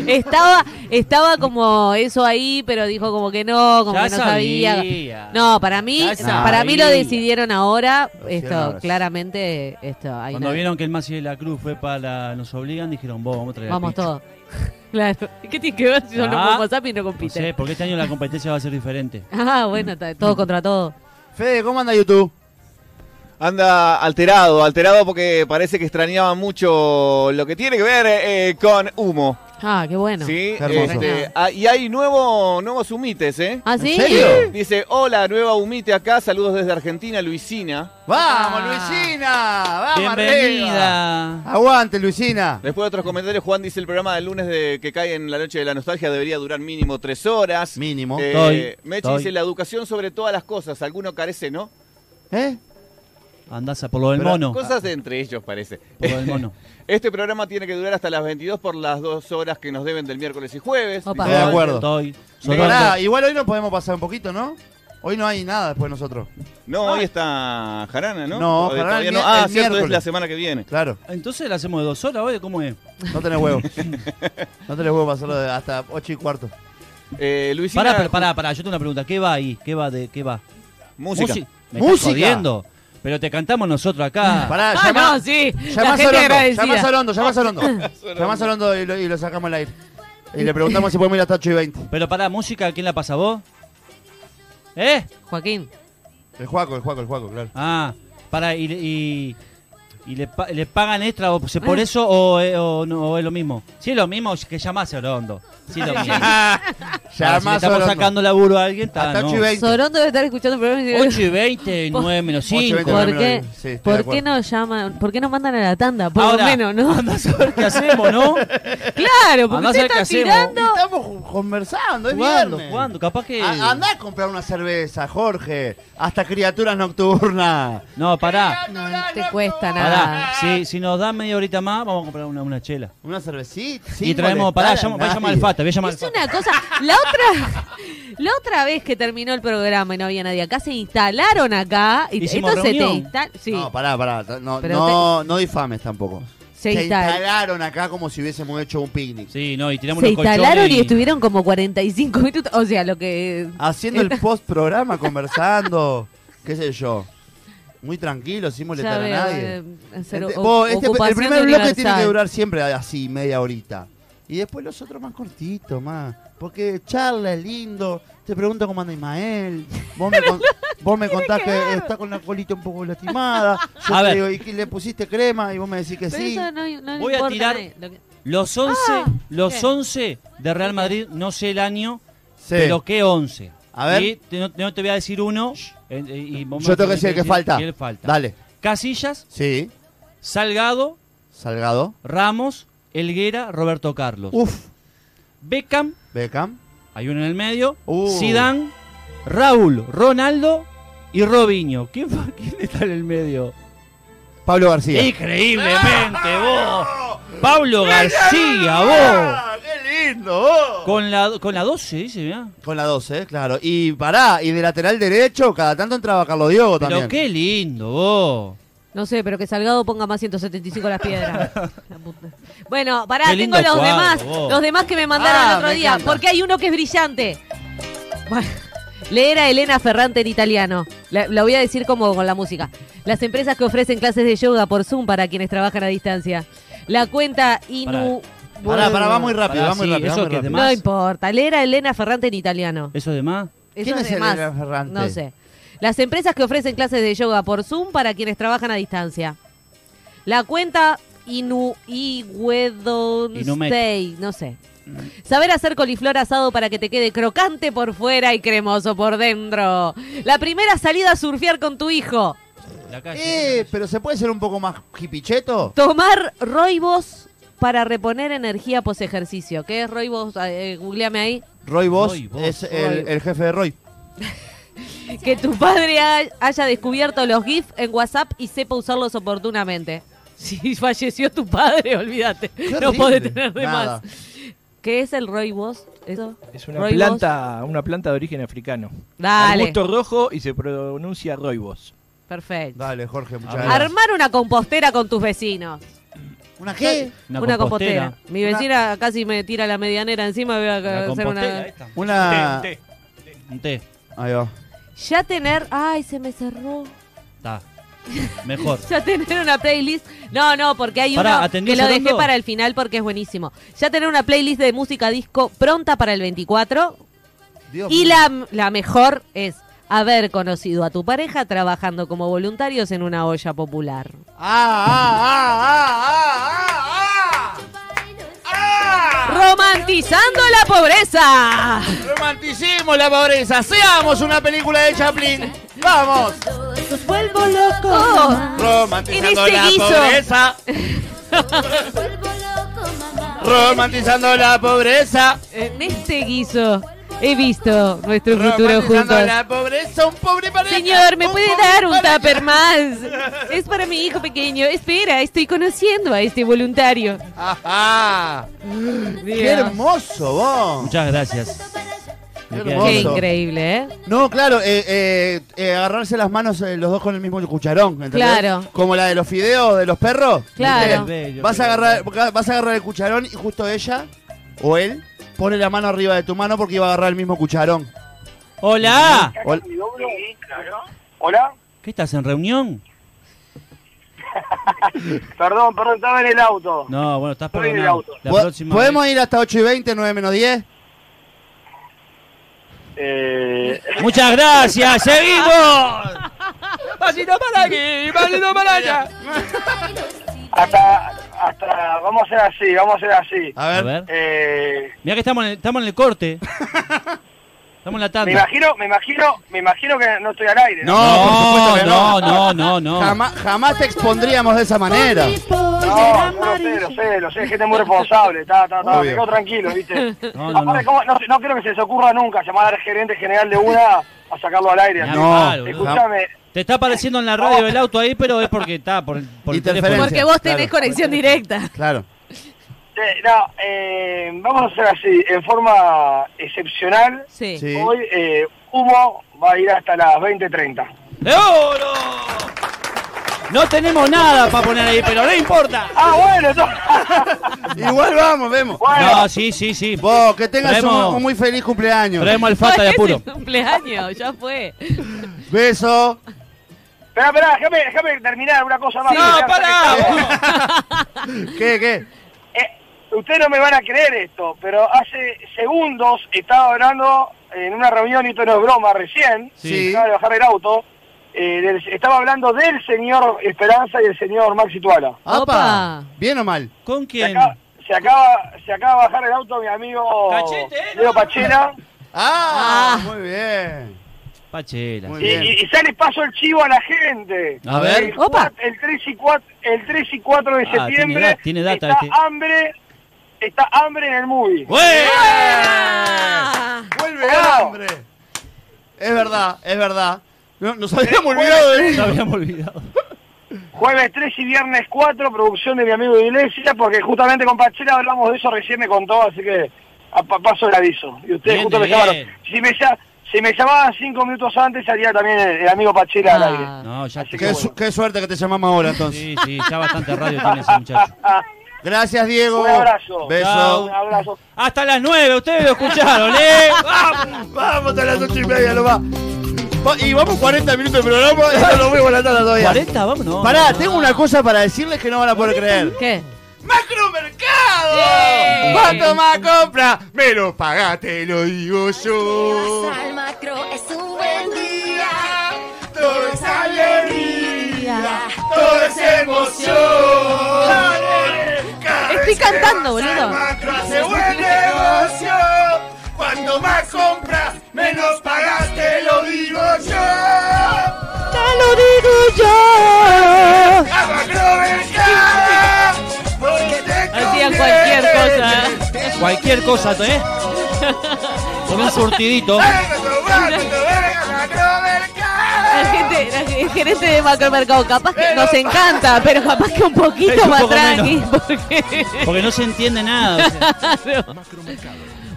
estaba, estaba como eso ahí, pero dijo como que no, como Ya que no sabía. sabía. No, para mí, Ya sabía. para mí lo decidieron ahora. Lo decidieron Esto, ahora. claramente, esto. hay Cuando una- vieron que el Masi de la Cruz fue para Nos Obligan, dijeron, vos, vamos a traer al Vamos Pichu". todos. Claro. ¿Qué tiene que ver si yo Ah. no WhatsApp y no No compite? sé, porque este año la competencia va a ser diferente. Ah, bueno, está- todo contra todo. Fede, ¿cómo anda YouTube? Anda alterado, alterado porque parece que extrañaba mucho lo que tiene que ver eh, con humo. Ah, qué bueno. ¿sí? Qué hermoso. Este, ah, y hay nuevo, nuevos humites, ¿eh? ¿Ah, sí? serio? Dice, hola, nueva humite acá, saludos desde Argentina, Luisina. ¡Vamos, Ah. Luisina! ¡Vamos arriba! Bienvenida. ¡Aguante, Luisina! Después de otros comentarios, Juan dice, el programa del lunes de, que cae en la noche de la nostalgia debería durar mínimo tres horas. Mínimo. Eh, Estoy, Mechi estoy. dice, la educación sobre todas las cosas, alguno carece, ¿no? ¿Eh? Andás a por lo del Pero, mono. Cosas de entre ellos, parece. Por lo del mono. Este programa tiene que durar hasta las 22 por las dos horas que nos deben del miércoles y jueves. Opa. Dice, De acuerdo. Estoy. Pero Soy pará, igual hoy nos podemos pasar un poquito, ¿no? Hoy no hay nada después de nosotros. No, hoy está Jarana, ¿no? No, Todavía- Jarana el todavía no. mi- Ah, el cierto, es la miércoles. semana que viene. Claro, Entonces la hacemos de dos horas hoy, ¿cómo es? no tenés huevo. no tenés huevo para hacerlo de- hasta 8 y cuarto. Eh, Luisina, Pará, pero pará, pará, yo tengo una pregunta. ¿Qué va ahí? ¿Qué va de qué va? música. Musi- Me estás Música. jodiendo. Pero te cantamos nosotros acá. Pará, Ah, llamá- no, sí. llamá La a gente Sorondo, agradecida. llamá a Sorondo, llamá a Sorondo. Llamá a Sorondo y lo, y lo sacamos al aire. Y le preguntamos si podemos ir hasta 8 y 20. Pero pará, música, ¿quién la pasa vos? ¿Eh? Joaquín. El Juaco, el Juaco, el Juaco, claro. Ah, pará, y, y ¿Y le, pa- le pagan extra o se- Ah. por eso o, eh, o no, o es lo mismo? Si es lo mismo, es que llamase a Orondo. Si es lo mismo. Ahora, Ah, si le Llamás estamos Orondo. sacando laburo a alguien, está, Hasta no. ocho y veinte. Sorondo debe estar escuchando el programa y dice, 8 y 20, 9 menos Ocho y 5. veinte, Ahora, nueve ¿por qué, Sí, estoy de ¿por qué acuerdo. no llaman, por qué no mandan a la tanda? Por lo menos, ¿no? Anda a ver qué hacemos, ¿no? claro, Andá porque a ver usted qué está hacemos. tirando. Estamos ju- conversando, es ¿Cuándo? viernes. ¿Cuándo? Capaz que. A- Andá a comprar una cerveza, Jorge. Hasta criaturas nocturnas. No, pará. No te cuesta Pará. nada. Si, si nos dan media horita más, vamos a comprar una, una chela. Una cervecita. y sin traemos. molestar Pará, a llamo- voy a llamar al nadie. Fata. Voy a llamar al Es Fata. una cosa, la otra, la otra vez que terminó el programa y no había nadie acá, se instalaron acá y Hicimos entonces reunión. te instal- sí, No, pará, pará. ta- No, Pero no, no difames tampoco. se, instal- instalaron acá como si hubiésemos hecho un picnic. Sí, no, y tiramos se unos colchones instalaron y... estuvieron como 45 minutos, o sea, lo que Haciendo el post programa, conversando, qué sé yo. Muy tranquilo, sin molestar a sabe, nadie. eh, hacer Este- o- vos, este- el ocupación primer bloque tiene que universal. durar siempre así, media horita. Y después los otros más cortitos, más. Porque charla es lindo. Te pregunto cómo anda Ismael. Vos me, con- vos me contás que, está con la colita un poco lastimada. Yo A te ver. digo, ¿y que le pusiste crema? Y vos me decís que Pero sí. eso no- no le Voy a importa tirar- nadie, lo que- Los 11, los Ah, ¿qué? 11 de Real Madrid, no sé el año, Sí. pero qué 11. A ver. Sí, te- no, no te voy a decir uno. eh, eh, y vos me Yo tengo que tenés decir el que falta. y el falta. Dale. Casillas, Sí. Salgado, Salgado. Ramos, Elguera, Roberto Carlos. Uf. Beckham, Beckham. hay uno en el medio. Uh. Zidane, Raúl, Ronaldo y Robinho. ¿Quién, fa- quién está en el medio? Pablo García. Increíblemente, vos. Pablo García, vos. ¡Qué lindo! vos! Con la, con la 12, dice, mirá. Con la 12, ¿eh? claro. Y pará, y de lateral derecho, cada tanto entraba Carlos Diego Pero también. qué lindo, vos. No sé, pero que Salgado ponga más 175 las piedras. La puta. Bueno, pará, Qué tengo lindo los cuadro, demás. vos. Los demás que me mandaron Ah, el otro me día. encanta. Porque hay uno que es brillante. Bueno, leer a Elena Ferrante en italiano. La, la voy a decir como con la música. Las empresas que ofrecen clases de yoga por Zoom para quienes trabajan a distancia. La cuenta Inu. Pará, pará, va muy rápido, Pará, va muy sí, rápido. eso va muy que es de rápido. más. No importa. Leer a Elena Ferrante en italiano. ¿Eso es de más? Eso ¿Quién es de más. Elena Ferrante? No sé. Las empresas que ofrecen clases de yoga por Zoom para quienes trabajan a distancia. La cuenta Inu Iguedonstei, no sé. Saber hacer coliflor asado para que te quede crocante por fuera y cremoso por dentro. La primera salida a surfear con tu hijo. La calle. Eh, pero ¿se puede ser un poco más hipicheto? Tomar roibos para reponer energía post ejercicio. ¿Qué es roibos? Eh, eh, googleame ahí. Roy Boss Roy Boss. es El, Roy. el jefe de Roy. Que tu padre ha- haya descubierto los GIF en WhatsApp y sepa usarlos oportunamente. Si falleció tu padre, olvídate. No horrible. puede tener de Nada. más. ¿Qué es el roibos? ¿Eso? Es una Roibos. planta, una planta de origen africano. Dale. Arbusto rojo y se pronuncia roibos. Perfecto. Dale, Jorge, muchas A ver. gracias. Armar una compostera con tus vecinos. ¿Una qué? Una, compostera. Mi Una- vecina casi me tira la medianera encima. Voy a La hacer compostera una... eh. esta. Una... Un té. Ahí va. Ya tener... Ay, se me cerró. Está. Mejor. Ya tener una playlist. No, no, porque hay Pará, uno ¿atendí que lo ese dejé tanto? para el final porque es buenísimo. Ya tener una playlist de música disco pronta para el 24. Dios Y mío. la, la mejor es haber conocido a tu pareja trabajando como voluntarios en una olla popular. ¡Ah, ah, ah, ah, ah, ¡Romantizando la pobreza! ah! Romanticismo la pobreza. Seamos una película de Chaplin. ¡Vamos! ¡Vuelvo loco! Oh. Romantizando En este la guiso. pobreza. Romantizando la pobreza. En este guiso he visto nuestro futuro Romantizando juntos. la pobreza. Un pobre pareja. Señor, ¿me un puede pobre dar un pareja. tupper más? Es para mi hijo pequeño. Espera, estoy conociendo a este voluntario. Ajá. Qué Dios. hermoso, vos. Muchas gracias. Me queda Qué Qué bien. hermoso. increíble, ¿eh? No, claro, eh, eh, eh, agarrarse las manos eh, los dos con el mismo cucharón, ¿entendés? Claro. Como la de los fideos de los perros. Claro. ¿viste? Vas a agarrar, vas a agarrar el cucharón y justo ella o él pone la mano arriba de tu mano porque iba a agarrar el mismo cucharón. Hola. Hola. Hola, ¿Qué estás en reunión? perdón, perdón, estaba en el auto. No, bueno, estás Estoy en el perdonado. auto. La Po- próxima ¿Podemos ir hasta 8 y 20, 9 menos 10? Eh, vez. Muchas gracias. Seguimos. pasito para aquí, pasito para allá. Hasta, hasta, vamos a hacer así, vamos a hacer así. A A ver. ver. Eh, Mirá que estamos en el, estamos en el corte. Estamos en la me tanda. imagino, me imagino, me imagino que no estoy al por aire. No, supuesto que no, no, no, no. Jamás, jamás te expondríamos de esa manera. Oh, No, no, lo sé, lo sé, lo sé, es gente muy responsable, está, está, está, Obvio. me quedo tranquilo, ¿viste? No, no, Aparte, no. ¿cómo? no, no creo que se les ocurra nunca llamar al gerente general de una a sacarlo al aire. Ni así. hablar, boludo. Escúchame, Te está apareciendo en la radio del auto ahí, pero es porque está por el, por el Interferencia. teléfono. Porque vos tenés Claro. conexión directa. Claro. eh, no, eh, vamos a hacer así, en forma excepcional, Sí. Sí. hoy eh, Humo va a ir hasta las 20.30. ¡De oro! No tenemos nada para poner ahí, pero no importa. Ah, bueno, entonces- Igual vamos, vemos. bueno. No, sí, sí, sí. Vos, que tengas un, Traemos- un muy feliz cumpleaños. Traemos alfata de Hoy es apuro. el cumpleaños, ya fue. Beso. Esperá, esperá, déjame, déjame terminar una cosa más. Sí. Mirá, No, ya que estamos. ¿Qué, qué? Eh, ustedes no me van a creer esto, pero hace segundos estaba hablando en una reunión, y esto no es broma, recién, Sí. acaba de bajar el auto, eh, del- estaba hablando del señor Esperanza y el señor Maxi Tuala. Apa. Opa. ¿Bien o mal? ¿Con Se quién? acaba, se, acaba, se acaba de bajar el auto mi amigo Cachete, ¿eh? Leo Pachela Ah, Ah. muy bien. Pachela. Muy y, bien. y- y sale paso el chivo a la gente. A ver. El, Opa. cuat- el 3 y 4, el 3 y 4 de Ah, tiene septiembre da- tiene data está este. hambre, está hambre en el movie. ¡Ué! Ah, Vuelve el Claro. hambre. Es verdad, es verdad. No, nos habíamos olvidado de Lo eso. habíamos olvidado. Jueves 3 y viernes 4, producción de mi amigo Iglesias, porque justamente con Pachela hablamos de eso, recién me contó, así que a, pa- paso el aviso. Y ustedes Bien, justo me bien. llamaron. Si me, lla- si me llamaban cinco minutos antes, salía también el, el amigo Pachela al aire. Ah. No, ya te Qué, su- qué suerte que te llamamos ahora entonces. Sí, sí, ya bastante radio tiene ese muchacho. Gracias, Diego. Un abrazo. Beso. Chao. Un abrazo. Hasta las 9, ustedes lo escucharon, ¿eh? ¡Vamos! Vamos hasta las ocho y media, lo va. Va- Y vamos 40 minutos de programa, esto lo vemos a la tarde todavía. 40, vamos, no. Pará, tengo una cosa para decirles que no van a poder creer. ¿Qué? ¡Macromercado! Sí. ¿Cuánto más compra? Me lo pagaste, lo digo yo. Todo es alegría, todo es emoción. Cada Estoy vez que cantando, vas al boludo. Macro hace buen negocio. Cuanto más compras, menos pagaste, lo digo yo. Te lo digo yo. A Macromercado, porque te Hacían conviene. cualquier cosa. ¿eh? Cualquier cosa, ¿eh? Con un surtidito. Venga, tomá, venga, Macromercado. La gente, la ge- el gerente de Macromercado, capaz que nos encanta, pero capaz que un Es poquito un más poco tranqui. menos. Porque... Porque no se entiende nada. o sea.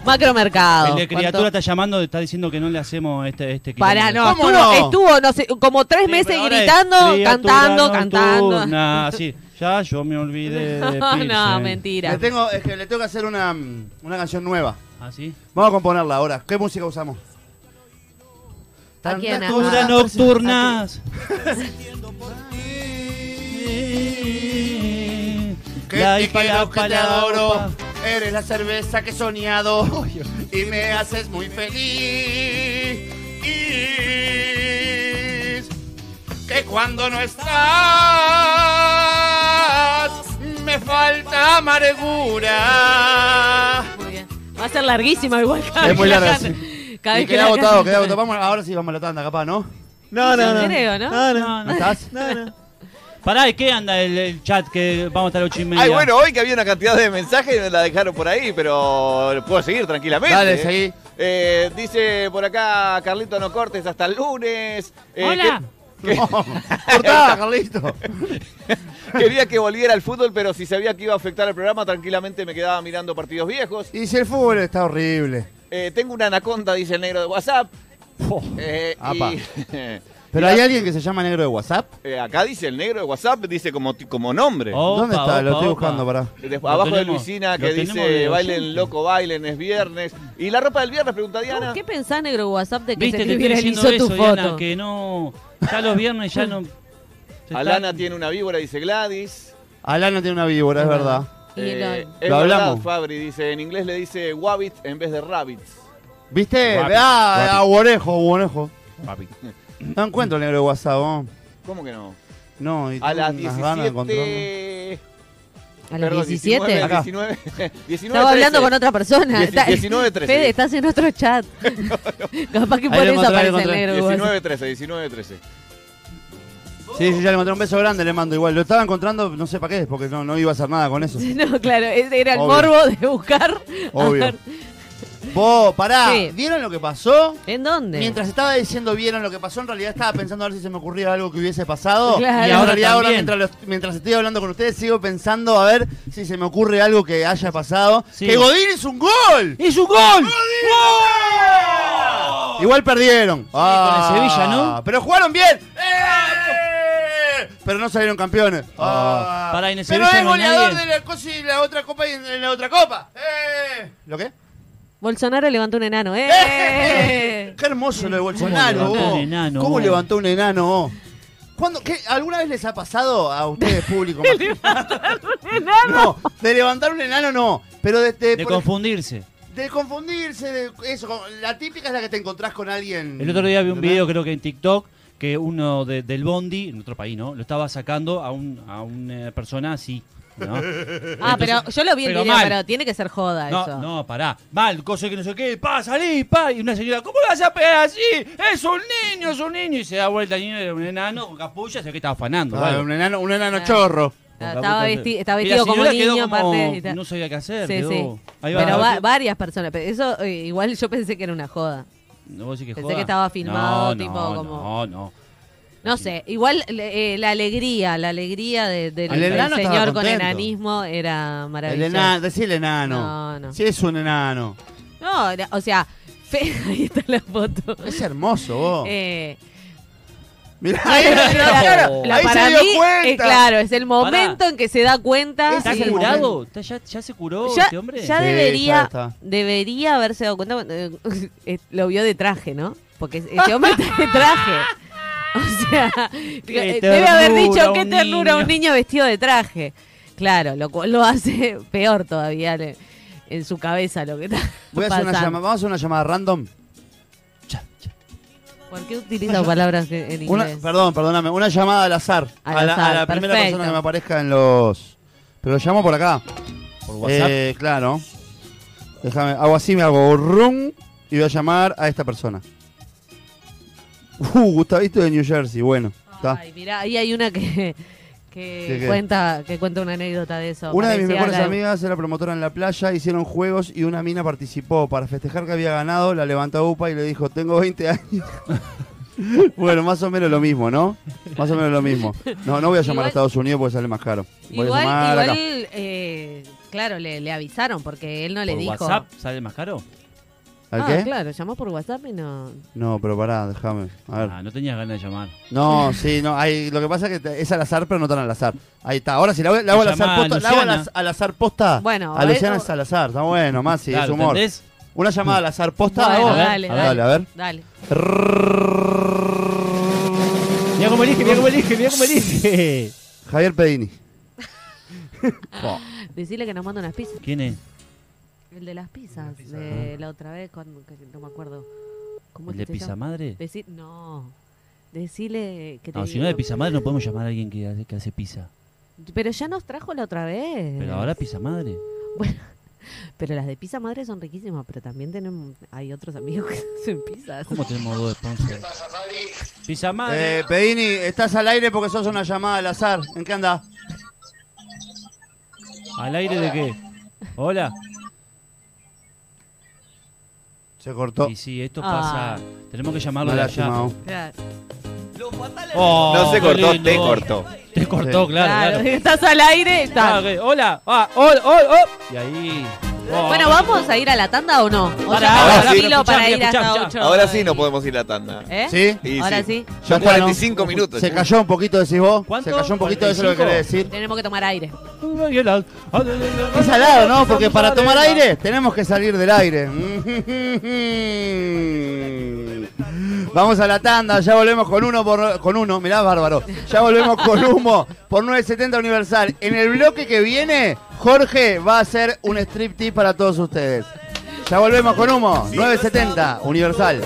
Macromercado. el de criatura ¿Cuánto? está llamando, está diciendo que no le hacemos este este Para, quilombo. no, ¿Cómo estuvo, no? estuvo no sé, como tres Sí, meses pero ahora es gritando, criatura cantando, cantando. No, nocturna, así. Ya yo me olvidé de eh. no, piercing. Le mentira. tengo, es que le tengo que hacer una, mm, una canción nueva. Así. Vamos a componerla ahora. ¿Qué música usamos? ¿A quién? Tantas Ah. Curas cosas nocturnas. que Y hay te quiero, que te palapa, adoro. Eres la cerveza que he soñado y me haces muy feliz. Que cuando no estás me falta amargura. Muy bien. Va a ser larguísima igual. cada Es vez muy que la larga, can- Cada Y vez que queda la agotado, can- queda agotado. Vamos, ahora sí vamos a la tanda, capaz, ¿no? No, no, no. Creo, ¿no? No, no. ¿Estás? Pará, ¿de qué anda el, el chat que vamos a estar a las ocho y media? Ay, bueno, hoy que había una cantidad de mensajes y me la dejaron por ahí, pero puedo seguir tranquilamente. Dale, ¿eh? seguí. Eh, dice por acá Carlito No Cortes hasta el lunes. Eh, Hola. que- que- Cortá, Carlito. quería que volviera al fútbol, pero si sabía que iba a afectar al programa, tranquilamente me quedaba mirando partidos viejos. Y si el fútbol está horrible. Eh, tengo una anaconda, dice el negro de WhatsApp. Oh. Eh, Apa. y- Pero hay alguien que se llama negro de WhatsApp. eh, acá dice el negro de WhatsApp, dice como, ti- como nombre. Opa, ¿Dónde está? Lo opa, estoy opa. buscando para. De- Lo abajo de tenemos- Luisina lo que tenemos de dice bailen oyente. loco, bailen, es viernes. ¿Y la ropa del viernes? Pregunta Diana. ¿Qué pensás, negro WhatsApp, de que Viste, se te te estoy diciendo viralizó eso, tu foto? Diana, que no... Ya los viernes ya no... se Alana están- tiene una víbora, dice Gladys. Alana tiene una víbora, es verdad. Y Eh, lo- es Lo verdad, hablamos. Fabri dice, en inglés le dice wabbit en vez de rabbits. ¿Viste? Guapi, Ah, ah, orejo, orejo. No encuentro el negro de WhatsApp. vos. ¿Cómo que no? No, y A tengo las unas ganas de controlarlo. 17. A las Perdón, 17. 19, Acá. 19, 19, Estaba hablando 13. con otra persona. Dieci- Está- 19-13. Fede, estás en otro chat. Capaz que Ahí por lo eso encontré, aparece lo el encontré. negro. vos. 19-13, 19-13. Sí, sí, ya le mandé un beso grande, le mando igual. Lo estaba encontrando, no sé para qué, porque no, no iba a hacer nada con eso. No, claro, ese era el Obvio. morbo de buscar. A Obvio. ver, Vos, pará, Sí. ¿vieron lo que pasó? ¿En dónde? Mientras estaba diciendo vieron lo que pasó, en realidad estaba pensando a ver si se me ocurría algo que hubiese pasado. Claro. Y Y en ahora realidad ahora también. mientras, los- mientras estoy hablando con ustedes sigo pensando a ver si se me ocurre algo que haya pasado. Sí. ¡Que Godín es un gol! ¡Es un gol! Igual perdieron. Ah, con el Sevilla, ¿no? Pero jugaron bien. ¡Eh! Pero no salieron campeones. Ah. Pará, y en el pero Sevilla es no hay goleador nadie. de la, cosa y la otra copa y en, en la otra copa. ¡Eh! ¿Lo qué? Bolsonaro levantó un enano. ¡Eh! ¡Eh! Qué hermoso lo de Bolsonaro. ¿Cómo levantó vos. un enano, ¿Cómo vos? levantó un enano? vos? ¿Cuándo- qué- ¿Alguna vez les ha pasado a ustedes, público? más- no, de levantar un enano no. Pero de, de- De por- confundirse. de confundirse, de eso. con- La típica es la que te encontrás con alguien. El otro día vi un ¿Entendés? video, creo que en TikTok, que uno de- del Bondi, en otro país, ¿no? Lo estaba sacando a, un, a una persona así, ¿no? ah, pero yo lo vi en pero video, mal. pero tiene que ser joda No, eso. no, pará. Mal, cosa que no sé qué. Pa, salí, pa. Y una señora, ¿cómo le vas a pegar así? Es un niño, es un niño. Y se da vuelta el niño, era un enano con capulla, se ve que estaba afanando. o Ah, algo. un enano, un enano Ah. chorro. Ah, Con Estaba, capucha. vesti- estaba Y la vestido como señora quedó niño, como, aparte. y tal. No sabía qué hacer, Sí, quedó. sí. Ahí va. Pero va- varias personas. Pero eso, eh, igual yo pensé que era una joda. No, vos decís Pensé joda. que estaba No, filmado, no, tipo, no, como- No, no. No sé, igual le- eh, la alegría, la alegría de- del El del enano estaba señor con contento. enanismo era El maravillosa. enano, decí el enano. No, no. Sí, es un enano. No, era- o sea, fe- ahí está la foto. Es hermoso, vos. Eh, Mirá, ahí, mirá, la- mirá, la- ahí para se dio mí, cuenta. eh, claro, es el momento en que se da cuenta. Ese ¿Está Sí, y- curado? ¿Está- ya, ya se curó Ya, este hombre? ya Sí, debería, ya está. debería haberse dado cuenta. cuando, eh, eh, lo vio de traje, ¿no? Porque este hombre está de traje. O sea, Qué eh, debe haber ternura, dicho qué un ternura un niño". niño vestido de traje. Claro, lo cual lo hace peor todavía le- en su cabeza lo que está Voy a hacer una pasando. llamada, vamos a hacer una llamada random. ¿Por qué utiliza palabras que- en Una- inglés? perdón, perdóname, una llamada al azar. Al a la, a azar, la primera perfecto. persona que me aparezca en los. Pero lo llamo por acá. ¿Por WhatsApp? Eh, claro. Déjame, hago así, me hago rum y voy a llamar a esta persona. Uh, Gustavito de New Jersey, bueno. Está. Ay, mirá, ahí hay una que, que ¿Qué, qué? cuenta que cuenta una anécdota de eso. Una de mis Parecía mejores la- amigas era promotora en la playa, hicieron juegos y una mina participó. Para festejar que había ganado, la levantó UPA y le dijo, tengo 20 años. bueno, más o menos lo mismo, ¿no? Más o menos lo mismo. No, no voy a llamar Igual- a Estados Unidos porque sale más caro. Voy a Igual, llamar igual acá. eh, claro, le, le avisaron porque él no le ¿Por dijo. WhatsApp sale más caro? ¿Al ah, qué? claro, llamó por WhatsApp y no. No, pero pará, déjame. A ver. Ah, no tenías ganas de llamar. No, sí, no. Hay, lo que pasa es que te- es al azar, pero no tan al azar. Ahí está. Ahora sí, la, hago- la hago al azar Llamá a posta. La hago al, Luciana. az- al azar posta. Bueno, a a ver, Luciana o- es al azar. Está bueno, más sí, es Claro, humor. ¿entendés? Una llamada al azar posta. Bueno, hago. dale, a ver, dale. a ver. Dale. Mira cómo elige, mira cómo elige, mira cómo elige. Javier Pedini. Decirle que nos manda unas pizzas. ¿Quién es? El de las pizzas, de Ah. la otra vez, cuando, que no me acuerdo. ¿Cómo ¿El de es que se Pizza llama? Madre? Decir, no. Decirle que te No, si no de digo- Eh. Pizza Madre no podemos llamar a alguien que hace, que hace pizza. Pero ya nos trajo la otra vez. Pero ahora Pizza Madre. Bueno, pero las de pizza madre son riquísimas, pero también tenemos, hay otros amigos que hacen pizzas. ¿Cómo tenemos dos sponsors? Pizza Madre. Eh, Pedini, estás al aire porque sos una llamada al azar. ¿En qué andás? ¿Al aire de qué? Hola. Se cortó. Y sí, esto Ah. pasa. Tenemos que llamarlo Oh. No de la allá. llamamos. Claro, Oh, No se qué cortó, lindo. te cortó. Te cortó, claro. claro. Estás al aire. está. Ah, ok, Hola, ah, hola, hola, hola. Y ahí. Oh. Bueno, ¿vamos a ir a la tanda o no? O Pará, ya ahora tenemos sí. filo para Escuchá, ir escuchá, hasta escuchá. ocho. Ahora sí no podemos ir a la tanda. ¿Eh? ¿Sí? Y Ahora sí. Ya está, 45 ¿no? minutos. Se cayó un poquito, decís vos. ¿Cuánto? Se cayó un poquito, eso es lo que querés decir. Tenemos que tomar aire. Es Es salado, ¿no? Porque para tomar aire tenemos que salir del aire. Vamos a la tanda, ya volvemos con uno por con uno, mirá bárbaro. Ya volvemos con humo por 970 Universal. En el bloque que viene, Jorge va a hacer un striptease para todos ustedes. Ya volvemos con humo, 970 Universal.